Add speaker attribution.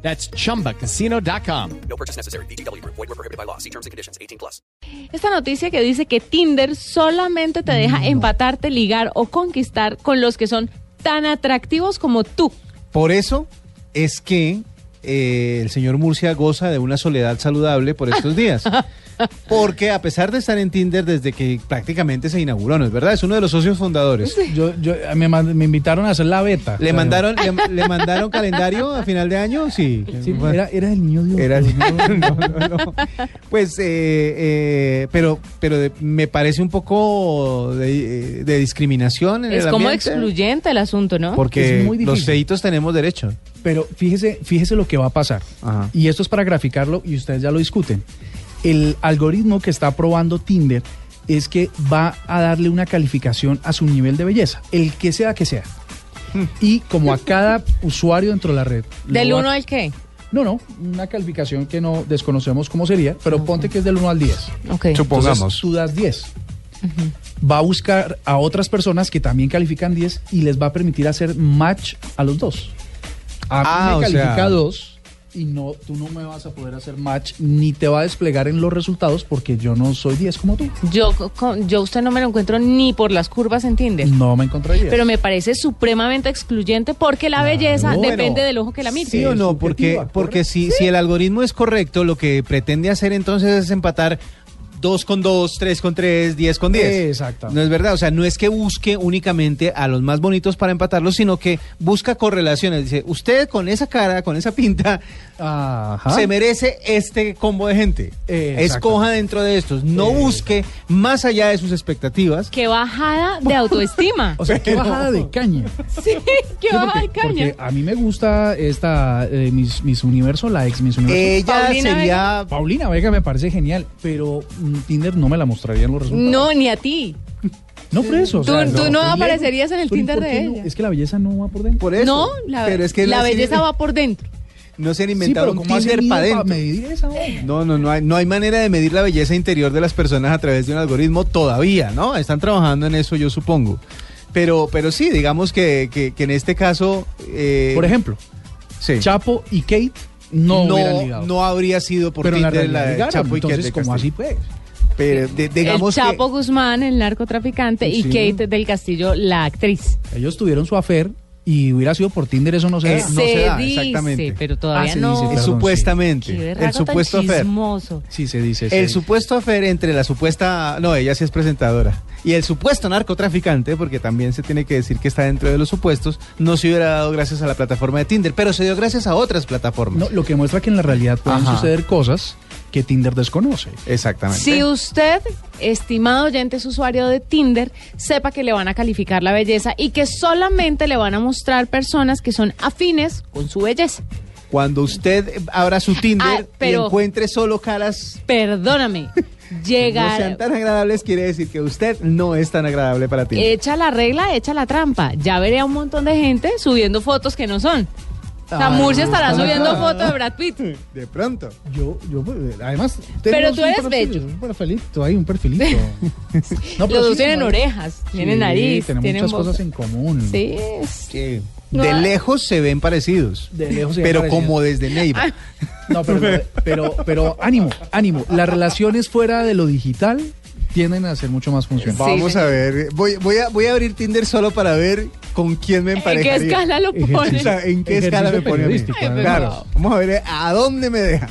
Speaker 1: That's chumbacasino.com.
Speaker 2: No purchase necessary. BGW. Void were prohibited by law. See terms and conditions. 18 plus.
Speaker 3: Esta noticia que dice que Tinder solamente te deja empatarte, ligar o conquistar con los que son tan atractivos como tú.
Speaker 4: Por eso es que eh, el señor Murcia goza de una soledad saludable por estos días. Porque a pesar de estar en Tinder desde que prácticamente se inauguró, ¿no es verdad? Es uno de los socios fundadores.
Speaker 5: Yo, yo, me, mand- me invitaron a hacer la beta.
Speaker 4: ¿Le mandaron, le, le mandaron calendario a final de año? Sí.
Speaker 5: Sí, era, era el niño Dios.
Speaker 4: Era- no, no, no. Pues, eh, eh, pero, pero de- me parece un poco de, eh, de discriminación. En
Speaker 3: Es
Speaker 4: el
Speaker 3: como
Speaker 4: ambiente,
Speaker 3: excluyente el asunto, ¿no?
Speaker 4: Porque
Speaker 5: Es muy difícil.
Speaker 4: los feitos tenemos derecho.
Speaker 5: Pero fíjese, fíjese lo que va a pasar.
Speaker 4: Ajá.
Speaker 5: Y esto es para graficarlo y ustedes ya lo discuten. El algoritmo que está probando Tinder es que va a darle una calificación a su nivel de belleza, el que sea que sea.
Speaker 4: Hmm.
Speaker 5: Y como a cada usuario dentro de la red. le
Speaker 3: ¿Del
Speaker 5: va-
Speaker 3: 1 al qué?
Speaker 5: No, no, una calificación que no desconocemos cómo sería, pero ponte que es del 1 al 10.
Speaker 3: Ok.
Speaker 5: Entonces,
Speaker 4: Supongamos.
Speaker 5: tú das 10. Va a buscar a otras personas que también califican 10 y les va a permitir hacer match a los dos. A
Speaker 4: Ah,
Speaker 5: mí
Speaker 4: o
Speaker 5: me
Speaker 4: sea.
Speaker 5: califica 2 y no, tú no me vas a poder hacer match ni te va a desplegar en los resultados porque yo no soy 10 como tú.
Speaker 3: Yo, co- co- yo a usted no me lo encuentro ni por las curvas en Tinder.
Speaker 5: No me encontraría.
Speaker 3: Pero me parece supremamente excluyente porque la belleza
Speaker 5: bueno.
Speaker 3: depende del ojo que la mire.
Speaker 4: Sí o no,
Speaker 5: Eh, subjetiva,
Speaker 4: porque,
Speaker 5: correcto.
Speaker 4: porque si, si el algoritmo es correcto, lo que pretende hacer entonces es empatar 2 con 2, 3 con 3, 10 con 10.
Speaker 5: Exactamente.
Speaker 4: No es verdad, o sea, no es que busque únicamente a los más bonitos para empatarlos, sino que busca correlaciones. Dice, usted con esa cara, con esa pinta,
Speaker 5: Ajá.
Speaker 4: se merece este combo de gente.
Speaker 5: Ah. Exactamente.
Speaker 4: Escoja dentro de estos, no
Speaker 5: Exacto.
Speaker 4: busque más allá de sus expectativas.
Speaker 3: Qué bajada de autoestima.
Speaker 5: o sea, qué bajada de caña.
Speaker 3: sí, qué
Speaker 5: Sí,
Speaker 3: bajada de
Speaker 5: porque,
Speaker 3: caña.
Speaker 5: porque a mí me gusta esta eh, Miss, Miss Universo, la ex Miss Universo.
Speaker 4: Ella
Speaker 3: Paulina eh,
Speaker 4: sería...
Speaker 5: Paulina Vega me parece genial, pero mm, Tinder no me la mostraría en los resultados.
Speaker 3: No, ni a ti.
Speaker 5: No por eso. o
Speaker 3: Tú-
Speaker 5: sea,
Speaker 3: tú no
Speaker 5: por lejos.
Speaker 3: aparecerías en el
Speaker 5: Pero ¿y
Speaker 3: Tinder
Speaker 5: por
Speaker 3: de
Speaker 5: qué no?
Speaker 3: ella.
Speaker 5: Es que la belleza no va por dentro.
Speaker 4: Por eso.
Speaker 3: no, la,
Speaker 4: Pero es que
Speaker 3: la
Speaker 4: no se-
Speaker 3: belleza va por dentro.
Speaker 4: No se han
Speaker 5: Sí,
Speaker 4: inventado
Speaker 5: pero
Speaker 4: un
Speaker 5: ¿cómo hacen
Speaker 4: Tinder
Speaker 5: niño
Speaker 4: para
Speaker 5: pa'
Speaker 4: adentro.
Speaker 5: medir esa vaina?
Speaker 4: No, no, no hay, no hay manera de medir la belleza interior de las personas a través de un algoritmo todavía, ¿no? Están trabajando en eso, yo supongo. Pero, pero sí, digamos que, que- que en este caso... eh,
Speaker 5: Por ejemplo,
Speaker 4: sí.
Speaker 5: Chapo y Kate no,
Speaker 4: no,
Speaker 5: hubieran ligado.
Speaker 4: no habría sido por
Speaker 5: pero en la
Speaker 4: Tinder
Speaker 5: realidad
Speaker 4: la de
Speaker 5: ligaron,
Speaker 4: Chapo y Kate
Speaker 5: entonces,
Speaker 4: de
Speaker 5: como así
Speaker 4: Castillo.
Speaker 5: pues?
Speaker 4: Pero de- digamos
Speaker 3: el Chapo Guzmán, el narcotraficante, y
Speaker 4: Sí.
Speaker 3: Kate del Castillo, la actriz.
Speaker 5: Ellos tuvieron su afer y hubiera sido por Tinder, eso no se
Speaker 4: Eh,
Speaker 5: da.
Speaker 4: no se da, exactamente.
Speaker 3: pero todavía
Speaker 5: Ah, se
Speaker 3: no.
Speaker 5: dice,
Speaker 4: que
Speaker 5: perdón,
Speaker 4: eh, supuestamente,
Speaker 3: Qué berraco
Speaker 4: el supuesto
Speaker 3: tan
Speaker 4: afer.
Speaker 3: chismoso.
Speaker 5: Sí se dice.
Speaker 4: El
Speaker 5: sí.
Speaker 4: supuesto afer entre la supuesta... No, ella sí es presentadora. Y el supuesto narcotraficante, porque también se tiene que decir que está dentro de los supuestos, no se hubiera dado gracias a la plataforma de Tinder, pero se dio gracias a otras plataformas.
Speaker 5: No, lo que muestra que en la realidad pueden
Speaker 4: Ajá.
Speaker 5: suceder cosas que Tinder desconoce.
Speaker 4: Exactamente.
Speaker 3: Si usted, estimado oyente, es usuario de Tinder, sepa que le van a calificar la belleza y que solamente le van a mostrar personas que son afines con su belleza.
Speaker 4: Cuando usted abra su
Speaker 3: Ah,
Speaker 4: Tinder
Speaker 3: pero-
Speaker 4: y encuentre solo caras
Speaker 3: Perdóname,
Speaker 4: que no
Speaker 3: llegar...
Speaker 4: sean tan agradables, quiere decir que usted no es tan agradable para Tinder.
Speaker 3: Echa la regla, echa la trampa. Ya veré a un montón de gente subiendo fotos que no son. O sea,
Speaker 4: Ah,
Speaker 3: Murcia estará
Speaker 4: ah,
Speaker 3: subiendo
Speaker 4: ah,
Speaker 3: fotos de Brad Pitt.
Speaker 4: De pronto.
Speaker 5: Yo, yo, eh, además.
Speaker 3: Pero
Speaker 5: tenemos
Speaker 3: tú
Speaker 5: un
Speaker 3: eres
Speaker 5: perfil,
Speaker 3: bello.
Speaker 5: Un perfilito, hay un perfilito. No, pero
Speaker 3: Los dos
Speaker 5: sí,
Speaker 3: tienen
Speaker 5: ¿no?
Speaker 3: orejas, tienen
Speaker 5: Sí,
Speaker 3: nariz,
Speaker 5: Tenemos
Speaker 3: tienen
Speaker 5: muchas
Speaker 3: boca.
Speaker 5: cosas en común.
Speaker 3: Sí, es-
Speaker 4: Sí.
Speaker 3: No
Speaker 4: de
Speaker 3: hay-
Speaker 4: lejos se ven parecidos.
Speaker 5: De lejos se ven
Speaker 4: pero
Speaker 5: parecidos.
Speaker 4: como desde Neiva.
Speaker 5: No, pero, pero, pero ánimo, ánimo. Las relaciones fuera de lo digital tienden a ser mucho más funcionales.
Speaker 4: Vamos
Speaker 3: sí.
Speaker 4: a ver. Voy, voy a, voy a abrir Tinder solo para ver con quién me
Speaker 3: ¿En qué
Speaker 4: emparejaría.
Speaker 3: escala lo
Speaker 4: O
Speaker 3: pones?
Speaker 4: sea, ¿En qué
Speaker 5: Ejercicio
Speaker 4: escala me pone a mí?
Speaker 5: periodístico,
Speaker 3: además.
Speaker 4: Claro. Vamos a ver a dónde me deja.